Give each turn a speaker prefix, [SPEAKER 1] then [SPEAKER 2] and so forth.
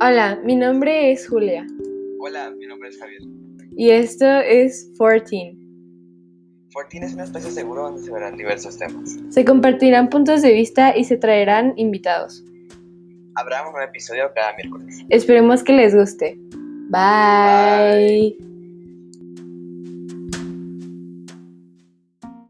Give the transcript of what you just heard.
[SPEAKER 1] Hola, mi nombre es Julia
[SPEAKER 2] Hola, mi nombre es Javier.
[SPEAKER 1] y esto es 14.
[SPEAKER 2] Fortín es un espacio seguro donde se verán diversos temas.
[SPEAKER 1] Se compartirán puntos de vista y se traerán invitados.
[SPEAKER 2] Habrá un nuevo episodio cada miércoles.
[SPEAKER 1] Esperemos que les guste. Bye.